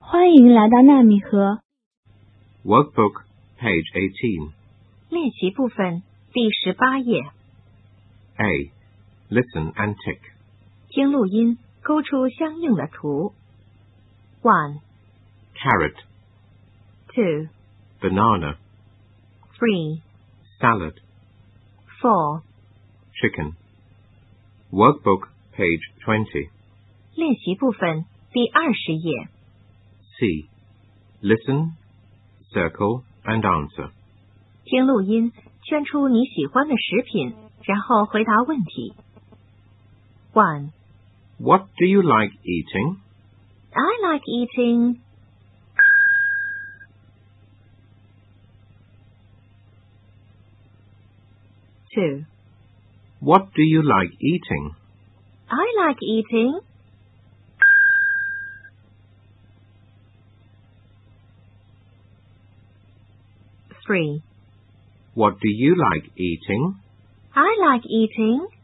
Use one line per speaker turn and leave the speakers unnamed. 欢迎来到纳米盒
Workbook, page 18.
练习部分第十八页，
A. Listen and tick.
经录音勾出相应的图。One,
Carrot,
two,
banana,
three,
salad,
four。
chicken. Workbook, page 20.
练习部分第二十页，
C. Listen, circle, and answer.
经录音圈出你喜欢的食品，然后回答问题。One,
What do you like eating?
I like eating. Two,
What do you like eating?
I like eating. Three.
What do you like eating?
I like eating.